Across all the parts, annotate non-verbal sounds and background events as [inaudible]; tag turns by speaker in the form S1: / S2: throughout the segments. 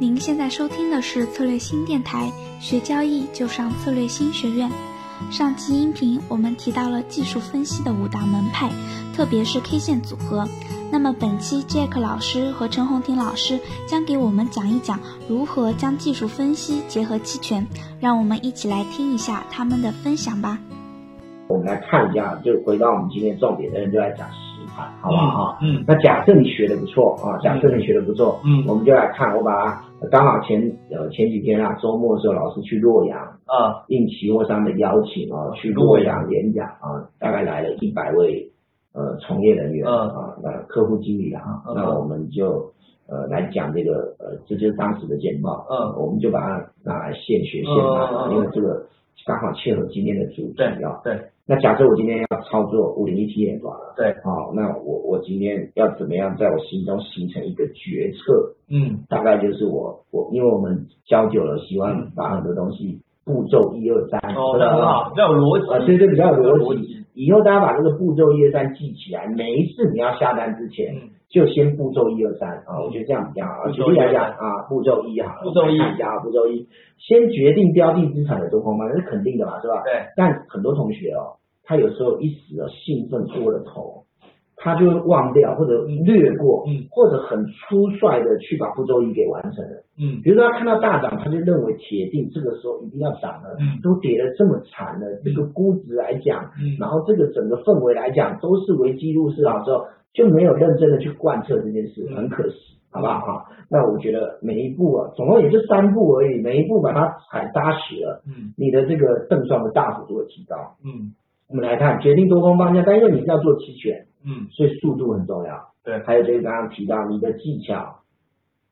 S1: 您现在收听的是策略新电台，学交易就上策略新学院。上期音频我们提到了技术分析的五大门派，特别是 K 线组合。那么本期 Jack 老师和陈红婷老师将给我们讲一讲如何将技术分析结合期权，让我们一起来听一下他们的分享吧。
S2: 我们来看一下，就回到我们今天重点的人就来讲实盘，好不好啊？
S3: 嗯
S2: 那假设你学的不错啊，假设你学的不错，
S3: 嗯
S2: 我们就来看，我把它呃刚好前呃前几天啊，周末的时候老师去洛阳，
S3: 啊，
S2: 应期货商的邀请啊，去洛阳演讲啊，大概来了一百位呃从业人员
S3: 嗯
S2: 啊，那客户经理啊，
S3: 嗯
S2: 那我们就呃来讲这个呃，这就是当时的简报，
S3: 嗯
S2: 我们就把它拿来现学现卖啊，
S3: 嗯嗯嗯
S2: 因为这个刚好切合今天的主题
S3: 对
S2: 啊。
S3: 对
S2: 那假设我今天要操作五零一 T 也罢了，
S3: 对，
S2: 好，那我我今天要怎么样在我心中形成一个决策？
S3: 嗯
S2: 大概就是我我因为我们教久了，喜欢
S3: 嗯
S2: 把很多东西步骤一二三，
S3: 哦，
S2: 对吧
S3: 那很好，比较
S2: 啊，
S3: 有逻辑，
S2: 对对，比较有
S3: 比较有
S2: 逻
S3: 逻
S2: 辑
S3: 辑。
S2: 以后大家把这个步骤一二三记起来，每一次你要下单之前，
S3: 嗯
S2: 就先步骤一二三啊，
S3: 嗯
S2: 我觉得这样比较好。
S3: 步
S2: 举
S3: 骤
S2: 例来
S3: 一
S2: 讲
S3: 二三
S2: 啊，步骤一好了，
S3: 步骤
S2: 我
S3: 一
S2: 们看一下啊，步骤一，先决定标的资产的多空方，这是肯定的嘛，是吧？
S3: 对，
S2: 但很多同学哦，他有时候一时哦兴奋过了头，他就会忘掉或者略过，
S3: 嗯
S2: 或者很粗率的去把步骤一给完成了。
S3: 嗯
S2: 比如说他看到大涨，他就认为铁定这个时候一定要涨了，
S3: 嗯
S2: 都跌得这么惨了，这个估值来讲，
S3: 嗯
S2: 然后这个整个氛围来讲都是危机入市了之后，就没有认真的去贯彻这件事，
S3: 嗯
S2: 很可惜，好不好哈？那我觉得每一步啊，总共也就三步而已，每一步把它踩扎实了，
S3: 嗯
S2: 你的这个胜算会大幅度的提高。
S3: 嗯
S2: 我们来看决定多空方向，但因为你是要做期权，
S3: 嗯，
S2: 所以速度很重要。
S3: 对
S2: 还有就是刚刚提到你的技巧，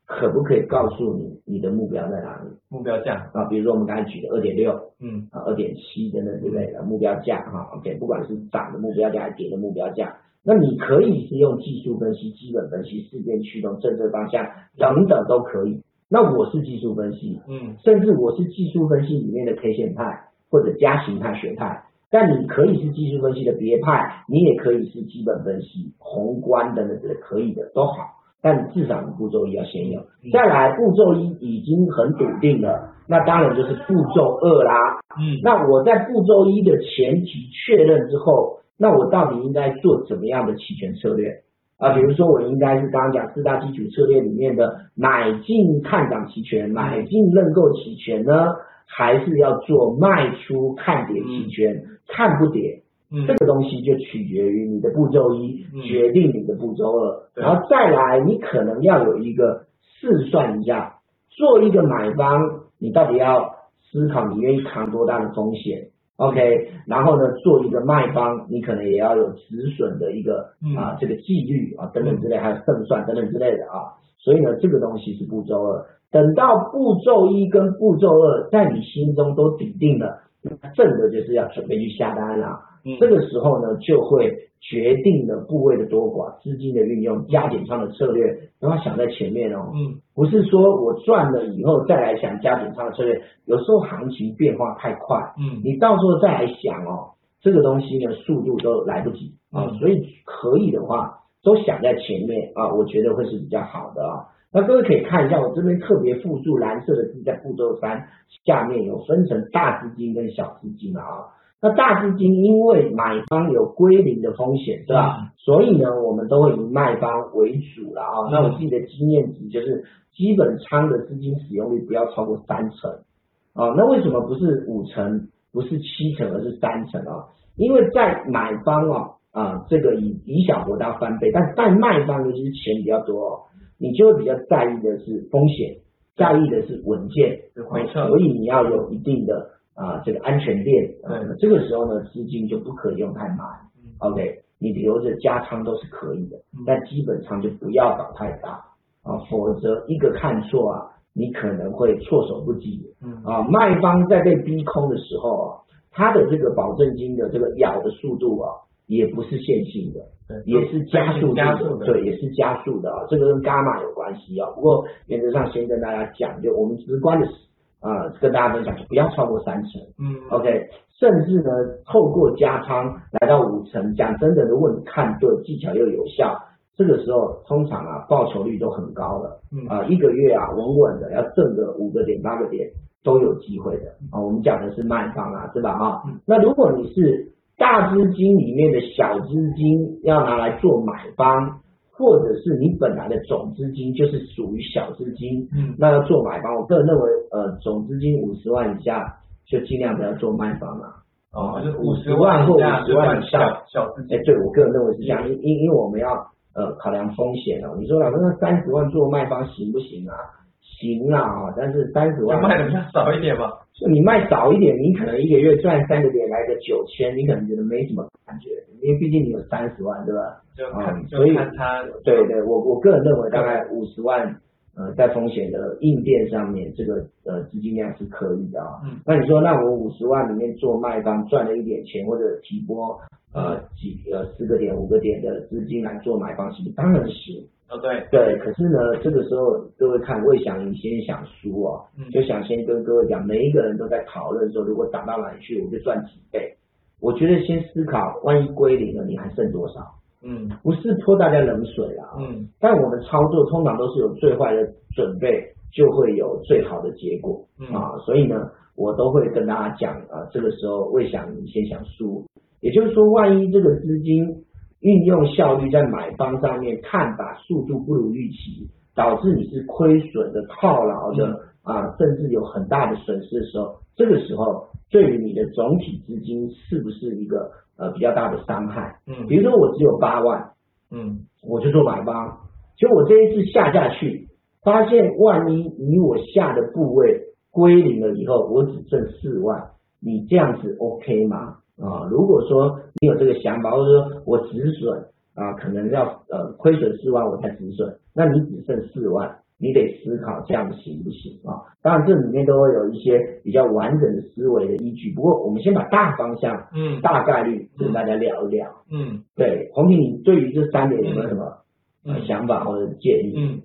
S2: 可不可以告诉你你的目标在哪里
S3: 目标价，
S2: 啊？比如说我们刚才举的二点六
S3: 嗯
S2: 啊、二点七等等之类呃的目标价哈、o k 不管是涨的目标价还是跌的目标价，那你可以是用技术分析、基本分析、事件驱动、政策方向等等都可以。那我是技术分析，
S3: 嗯
S2: 甚至我是技术分析里面的 K 线派或者加形态学派，但你可以是技术分析的别派，你也可以是基本分析、宏观等等之类，可以的都好。但至少你步骤一要先有，
S3: 嗯
S2: 再来步骤一已经很笃定了，那当然就是步骤二啦。
S3: 嗯
S2: 那我在步骤一的前提确认之后，那我到底应该做怎么样的期权策略？啊，
S3: 嗯
S2: 比如说我应该是刚刚讲四大基础策略里面的买进看涨期
S3: 嗯
S2: 权、买进认购期权呢，还是要做卖出看跌期权、看不跌？
S3: 嗯
S2: 这个东西就取决于你的步骤一、
S3: 嗯
S2: 决定你的步骤二，
S3: 对
S2: 然后再来你可能要有一个试算一下，做一个买方，你到底要思考你愿意扛多大的风险，OK？然后呢，做一个卖方，你可能也要有止损的一个
S3: 嗯
S2: 啊、这个纪律啊等等之类，还有胜算等等之类的啊。所以呢，这个东西是步骤二。等到步骤一跟步骤二在你心中都笃定了，那正的就是要准备去下单了、
S3: 嗯，
S2: 这个时候呢，就会决定了部位的多寡、资金的运用、加减仓的策略，然后想在前面哦，
S3: 嗯
S2: 不是说我赚了以后再来想加减仓的策略，有时候行情变化太快，
S3: 嗯
S2: 你到时候再来想哦，这个东西呢速度都来不及啊、
S3: 嗯
S2: 所以可以的话都想在前面啊，我觉得会是比较好的啊。那各位可以看一下，我这边特别附注蓝色的字，在步骤三下面有分成大资金跟小资金啊。那大资金因为买方有归零的风险，是吧？
S3: 嗯
S2: 所以呢，我们都会以卖方为主了啊。那我自己的经验值就是，基本仓的资金使用率不要超过三成。啊，那为什么不是五成，不是七成，而是三成啊？因为在买方哦，啊，这个以以小博大翻倍，但是在卖方尤其是钱比较多哦，你就会比较在意的是风险，在意的是稳健，哦
S3: 没错
S2: 所以你要有一定的啊这个安全链，啊
S3: 对
S2: 这个时候呢，资金就不可以用太满
S3: 嗯
S2: ，OK，你留着加仓都是可以的
S3: 嗯，
S2: 但基本上就不要搞太大啊，否则一个看错啊，你可能会措手不及。
S3: 嗯
S2: 啊，卖方在被逼空的时候啊，他的这个保证金的这个咬的速度啊，也不是线性的，
S3: 对
S2: 也是加速
S3: 加速的，
S2: 对，也是加速的啊，这个跟伽马有关系啊。不过原则上先跟大家讲，就我们直观的啊、跟大家分享，不要超过三成
S3: 嗯
S2: ，OK，甚至呢透过加仓来到五成，讲真的，如果你看对技巧又有效，这个时候通常啊报酬率都很高了
S3: 嗯
S2: 啊、一个月啊稳稳的要挣个五个点八个点都有机会的啊、我们讲的是卖方啊，对吧啊
S3: 嗯？
S2: 那如果你是大资金里面的小资金要拿来做买方，或者是你本来的总资金就是属于小资金，
S3: 嗯
S2: 那要做买方，我个人认为，呃，总资金五十万以下就尽量不要做卖方啦。
S3: 哦，就是五
S2: 50
S3: 十万
S2: 或
S3: 以下
S2: 五十万以
S3: 就
S2: 下
S3: 算。小小资
S2: 哎
S3: 金，，
S2: 对我个人认为是这样，因因因为我们要呃考量风险哦。你说老师，那三十万做卖方行不行啊？行啦啊，但是三十
S3: 就
S2: 万
S3: 卖的比较少一点吧。
S2: 就你卖少一点，你可能一个月赚三个点来个九千，你可能觉得没什么感觉，因为毕竟你有三十万，对吧？
S3: 就看
S2: 嗯
S3: 就
S2: 所以
S3: 看他
S2: 对对，我我个人认为大概五十万，呃，在风险的应变上面，这个呃资金量是可以的啊、
S3: 嗯
S2: 那你说，那我五十万里面做卖方赚了一点钱，或者提拨呃几呃四个点五个点的资金来做买方，是不是当然行？
S3: 哦对，
S2: 对，可是呢，这个时候各位看，魏翔赢先想输哦，
S3: 嗯
S2: 就想先跟各位讲，每一个人都在讨论说，如果涨到哪里去，我就赚几倍。我觉得先思考，万一归零了，你还剩多少？
S3: 嗯
S2: 不是泼大家冷水啦、啊，
S3: 嗯
S2: 但我们操作通常都是有最坏的准备，就会有最好的结果、
S3: 嗯
S2: 啊。所以呢，我都会跟大家讲啊，这个时候未想赢先想输，也就是说，万一这个资金运用效率在买方上面看法速度不如预期，导致你是亏损的、套牢的、啊，甚至有很大的损失的时候，这个时候对于你的总体资金是不是一个呃比较大的伤害？比
S3: 嗯
S2: 如说我只有八万。
S3: 嗯
S2: 我就做买方。结果我这一次下下去，发现万一以我下的部位归零了以后，我只剩四万，你这样子 OK 吗？啊，如果说你有这个想法，或者说我止损啊，可能要呃亏损四万我才止损，那你只剩四万，你得思考这样行不行啊？当然这里面都会有一些比较完整的思维的依据，不过我们先把大方向、
S3: 嗯
S2: 大概率跟大家聊一聊。
S3: 嗯
S2: 对，洪平，你对于这三点有没有什么
S3: 嗯
S2: 呃想法或者建议？
S3: 嗯，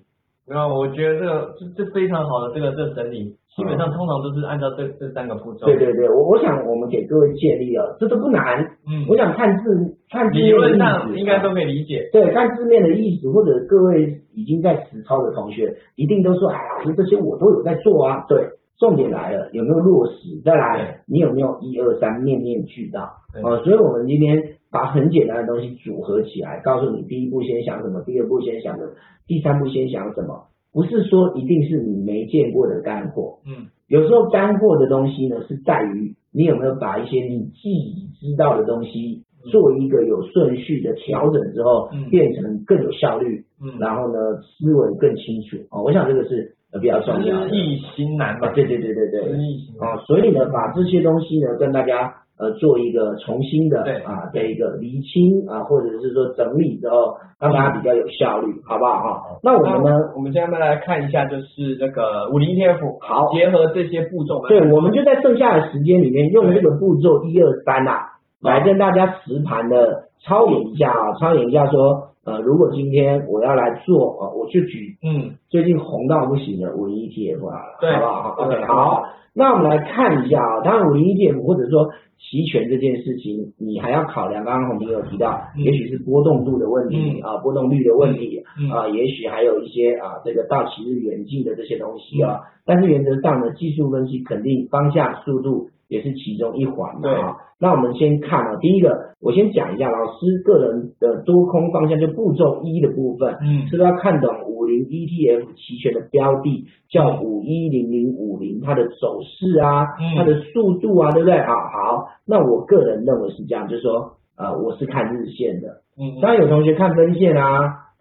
S3: 然后我觉得这个这这非常好的这个这个整理，基本上通常都是按照这这三个步骤。
S2: 对对对，我我想我们给各位建议了，这都不难。
S3: 嗯
S2: 我，想看字看字
S3: 理
S2: 面的
S3: 论
S2: 意
S3: 上
S2: 思，
S3: 应该都可以理解。
S2: 对，看字面的意思，或者各位已经在实操的同学，一定都说，哎，老师这些我都有在做啊。对，重点来了，有没有落实？再来，你有没有一二三面面俱到？
S3: 对
S2: 呃，所以我们今天把很简单的东西组合起来，告诉你第一步先想什么，第二步先想什么，第三步先想什么，不是说一定是你没见过的干货，
S3: 嗯
S2: 有时候干货的东西呢，是在于你有没有把一些你既已知道的东西
S3: 嗯
S2: 做一个有顺序的调整之后，
S3: 嗯
S2: 变成更有效率，
S3: 嗯，
S2: 然后呢思维更清楚哦。我想这个是呃比较重要的
S3: 知。嗯易行难吧
S2: 啊，？对对对对对
S3: 知。易行难。
S2: 啊，所以呢，把这些东西呢，跟大家呃做一个重新的
S3: 对
S2: 啊的一个厘清啊，或者是说整理之后，让大家比较有效率，好不好啊？那我们呢，
S3: 那我们现在来看一下，就是这个五零 ETF，
S2: 好
S3: 结合这些步骤，
S2: 对，我们就在剩下的时间里面，用这个步骤一二三啊，来跟大家实盘的操演一下啊，操演一下说，呃，如果今天我要来做啊，我就举
S3: 嗯，
S2: 最近红到不行的五零 ETF 啊，
S3: 对
S2: 好不好
S3: 对
S2: ？OK，好，那我们来看一下啊，当然五零 ETF 或者说期权这件事情，你还要考量，刚刚洪平有提到，
S3: 嗯
S2: 也许是波动度的问题、啊，波动率的问题
S3: 嗯嗯
S2: 啊，也许还有一些啊这个到期日远近的这些东西
S3: 嗯
S2: 啊，但是原则上呢，技术分析肯定方向、速度也是其中一环嘛
S3: 对
S2: 啊。那我们先看啊，第一个我先讲一下老师个人的多空方向，就步骤一的部分，
S3: 嗯
S2: 是不是要看懂五零 ETF 期权的标的叫五一零零五零，它的走势啊，
S3: 嗯
S2: 它的速度啊，对不对？好，好，那我个人认为是这样，就是说，呃，我是看日线的，
S3: 嗯，
S2: 当然有同学看分线啊，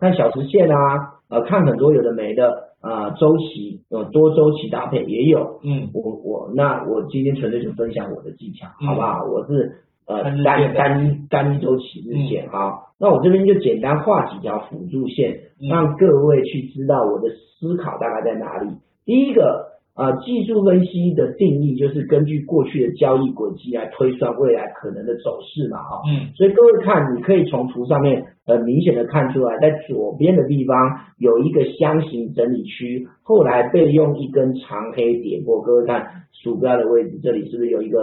S2: 看小时线啊，呃，看很多有的没的，呃，周期有多周期搭配也有。
S3: 嗯
S2: 我我那我今天纯粹就分享我的技巧，
S3: 嗯
S2: 好不好？我是呃
S3: 看日线嗯
S2: 单
S3: 的
S2: 单
S3: [laughs]
S2: 单周期日线，好，那我这边就简单画几条辅助线，
S3: 嗯
S2: 让各位去知道我的思考大概在哪里。第一个。啊、技术分析的定义就是根据过去的交易轨迹来推算未来可能的走势嘛，啊、
S3: 嗯
S2: 所以各位看，你可以从图上面很明显的看出来，在左边的地方有一个箱型整理区，后来被用一根长黑点破。各位看鼠标的位置，这里是不是有一个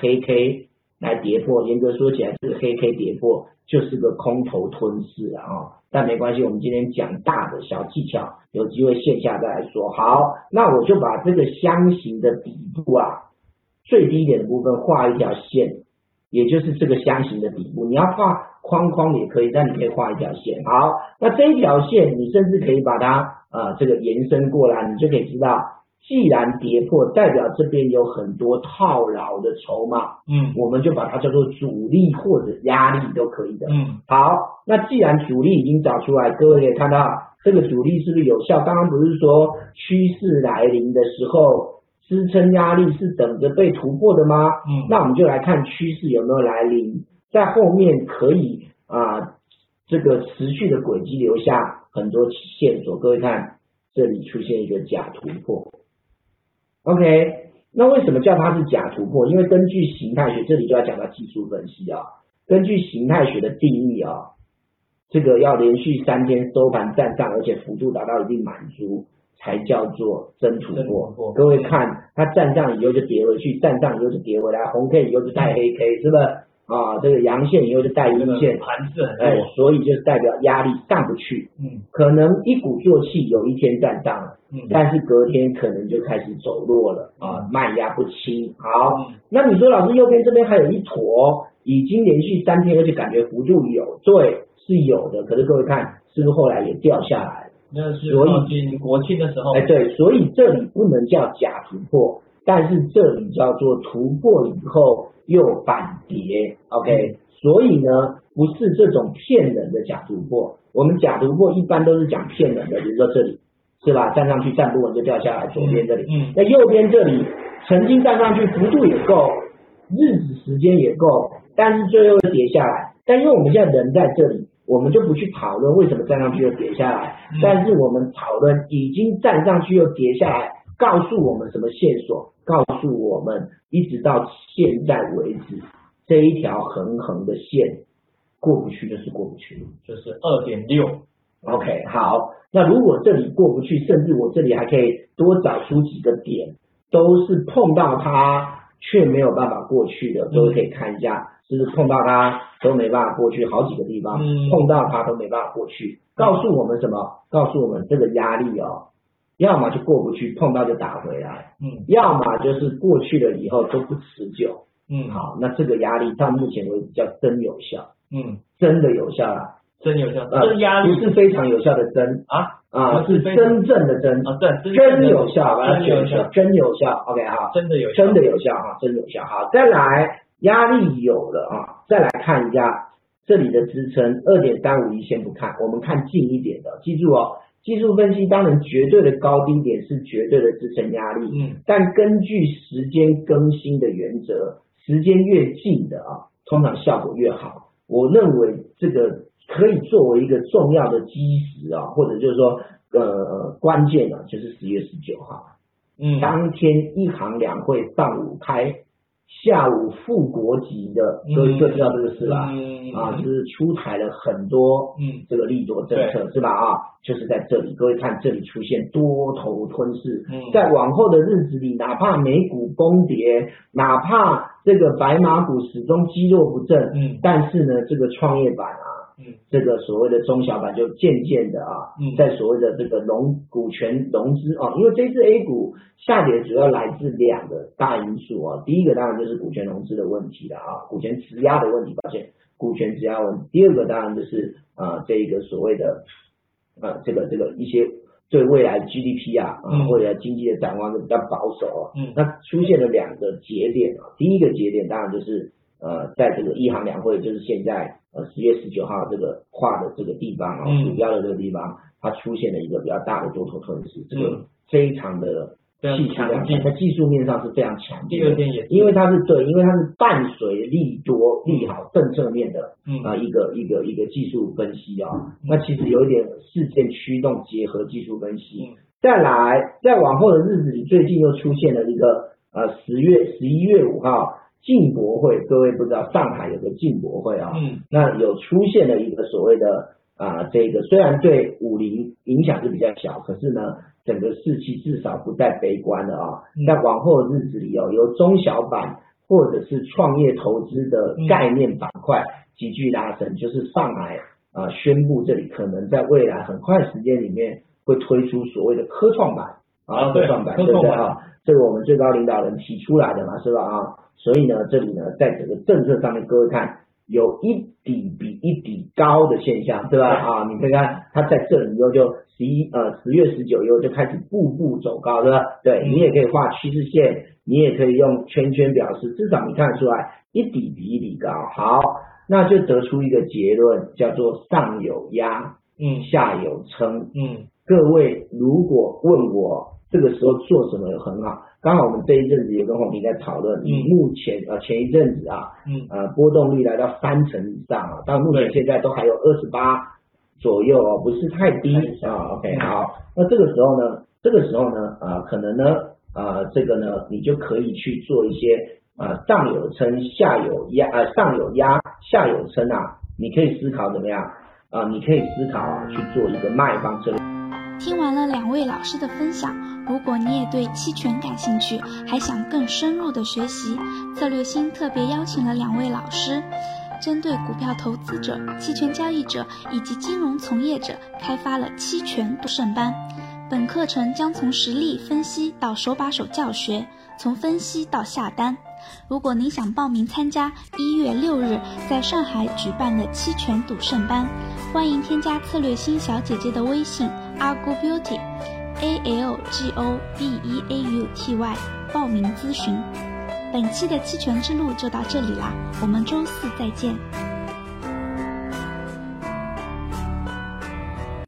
S2: 黑 K？来跌破。严格说起来，这个黑 K 跌破就是个空头吞噬啊、哦。但没关系，我们今天讲大的小技巧，有机会线下再来说。好，那我就把这个箱型的底部啊，最低点的部分画一条线，也就是这个箱型的底部。你要画框框也可以，但你可以画一条线。好，那这一条线，你甚至可以把它呃这个延伸过来，你就可以知道。既然跌破，代表这边有很多套牢的筹码，
S3: 嗯
S2: 我们就把它叫做主力或者压力都可以的。
S3: 嗯
S2: 好，那既然主力已经找出来，各位可以看到这个主力是不是有效？刚刚不是说趋势来临的时候，支撑压力是等着被突破的吗？
S3: 嗯
S2: 那我们就来看趋势有没有来临，在后面可以啊、这个持续的轨迹留下很多线索。各位看，这里出现一个假突破。OK，那为什么叫它是假突破？因为根据形态学，这里就要讲到技术分析啊、根据形态学的定义啊、这个要连续三天收盘站上，而且幅度达到一定满足，才叫做真突
S3: 真突
S2: 破。
S3: 破
S2: 各位看，它站上以后就跌回去，站上以后就跌回来，红 K 以后就带黑 K，是不是？啊，这个阳线以后就带阴
S3: 这个
S2: 线，
S3: 盘势很
S2: 哎
S3: 弱，，
S2: 所以就是代表压力上不去，
S3: 嗯
S2: 可能一鼓作气有一天站上了，
S3: 嗯，
S2: 但是隔天可能就开始走弱了啊，卖压不轻。好，
S3: 嗯
S2: 那你说老师右边这边还有一坨，已经连续三天，而且感觉幅度有，对，是有的。可是各位看，是不是后来也掉下来了？
S3: 那是
S2: 所以
S3: 靠近国庆的时候
S2: 哎，，对，所以这里不能叫假突破，但是这里叫做突破以后又反跌，OK？所以呢，不是这种骗人的假突破。我们假突破一般都是讲骗人的，比如说这里是吧？站上去站不稳就掉下来，左边这里，
S3: 嗯
S2: 那右边这里曾经站上去，幅度也够，日子时间也够，但是最后又跌下来。但因为我们现在人在这里，我们就不去讨论为什么站上去又跌下来，
S3: 嗯
S2: 但是我们讨论已经站上去又跌下来，告诉我们什么线索，告诉我们一直到现在为止这一条横横的线过不去就是过不去。
S3: 就是二点六，
S2: OK，好，那如果这里过不去，甚至我这里还可以多找出几个点，都是碰到它却没有办法过去的，都可以看一下，是不是碰到它都没办法过去，好几个地方、
S3: 嗯
S2: 碰到它都没办法过去，告诉我们什么？告诉我们这个压力哦，要么就过不去，碰到就打回来，
S3: 嗯
S2: 要么就是过去了以后都不持久。
S3: 嗯
S2: 好，那这个压力到目前为止叫真有效，
S3: 嗯，
S2: 真的有效啦，
S3: 真有效，
S2: 呃
S3: 这压力
S2: 不是非常有效的真。
S3: 啊
S2: 啊，
S3: 不
S2: 是
S3: 是非常
S2: 真正的真，
S3: 啊，对，这是
S2: 真有效，把它
S3: 真有
S2: 选成
S3: 效，
S2: 真有效。OK 哈，
S3: 真的有效，
S2: 真的有效哈，真有效。好，再来压力有了啊，再来看一下这里的支撑二点三五一，先不看，我们看近一点的，记住哦。技术分析当然绝对的高低点是绝对的支撑压力，
S3: 嗯
S2: 但根据时间更新的原则，时间越近的啊，通常效果越好。我认为这个可以作为一个重要的基石啊，或者就是说呃关键啊，就是十月十九号
S3: 嗯
S2: 当天一行两会上午开，下午副国级的，各位
S3: 嗯
S2: 各位知道这个事吧？
S3: 嗯
S2: 啊，就是出台了很多
S3: 嗯
S2: 这个利多政策是吧？啊，就是在这里，各位看这里出现多头吞噬，
S3: 嗯
S2: 在往后的日子里，哪怕美股崩跌，哪怕这个白马股始终积弱不振，
S3: 嗯
S2: 但是呢，这个创业板啊，
S3: 嗯
S2: 这个所谓的中小板就渐渐的啊，
S3: 嗯
S2: 在所谓的这个融股权融资啊，因为这次 A 股下跌主要来自两个大因素啊，第一个当然就是股权融资的问题了啊，股权质押的问题，抱歉，股权质押问题。第二个当然就是啊、呃这个所谓的呃这个这个一些对未来 GDP 啊啊、
S3: 嗯
S2: 或者经济的展望都比较保守啊，
S3: 嗯
S2: 那出现了两个节点啊，第一个节点当然就是呃，在这个一行两会，就是现在呃十月十九号这个画的这个地方啊，
S3: 嗯
S2: 鼠标的这个地方，它出现了一个比较大的多头吞噬，这个
S3: 嗯
S2: 非常的
S3: 非常
S2: 技术量
S3: 强劲
S2: 在技术面上是非常强
S3: 第
S2: 劲
S3: 二
S2: 的。
S3: 天也
S2: 因为它是对，因为它是伴随利多利好政策面的
S3: 嗯
S2: 啊、一个一个一个技术分析啊、那其实有一点事件驱动结合技术分析，
S3: 嗯
S2: 再来，在往后的日子里，最近又出现了一个呃十月十一月五号进博会，各位不知道上海有个进博会啊、
S3: 嗯
S2: 那有出现了一个所谓的啊、这个虽然对五零影响是比较小，可是呢整个士气至少不再悲观了啊、
S3: 嗯
S2: 在往后的日子里哦，由中小板或者是创业投资的概念板块急剧拉升，就是上海啊、呃宣布这里可能在未来很快时间里面会推出所谓的科创板
S3: 啊对
S2: 科创板
S3: 科
S2: 对不
S3: 创
S2: 对
S3: 板
S2: 啊？这个我们最高领导人提出来的嘛，是吧啊？所以呢，这里呢，在整个政策上面，各位看有一底比一底高的现象，对吧？啊，你看看它在这里以后就十一呃十月十九以后就开始步步走高，对吧？对
S3: 嗯
S2: 你也可以画趋势线，你也可以用圈圈表示，至少你看得出来一底比一底高。好，那就得出一个结论，叫做上有压，
S3: 嗯
S2: 下有撑，
S3: 嗯
S2: 各位如果问我这个时候做什么很好，刚好我们这一阵子也跟黄平在讨论，
S3: 嗯
S2: 目前呃前一阵子啊，
S3: 嗯
S2: 呃波动率来到三成以上啊，到目前
S3: 对
S2: 现在都还有二十八左右哦，不是太低
S3: 还
S2: 啊。OK，
S3: 嗯
S2: 好，那这个时候呢，这个时候呢，呃，可能呢，呃，这个呢，你就可以去做一些呃上有撑，下有压，呃上有压，下有撑啊，你可以思考怎么样啊、你可以思考啊去做一个卖方策略。
S1: 听完了两位老师的分享，如果你也对期权感兴趣，还想更深入的学习，策略星特别邀请了两位老师，针对股票投资者、期权交易者以及金融从业者开发了期权读胜班。本课程将从实例分析到手把手教学，从分析到下单。如果您想报名参加一月六日在上海举办的期权赌圣班，欢迎添加策略星小姐姐的微信 argo beauty a l g o b e a u t y 报名咨询。本期的期权之路就到这里啦，我们周四再见。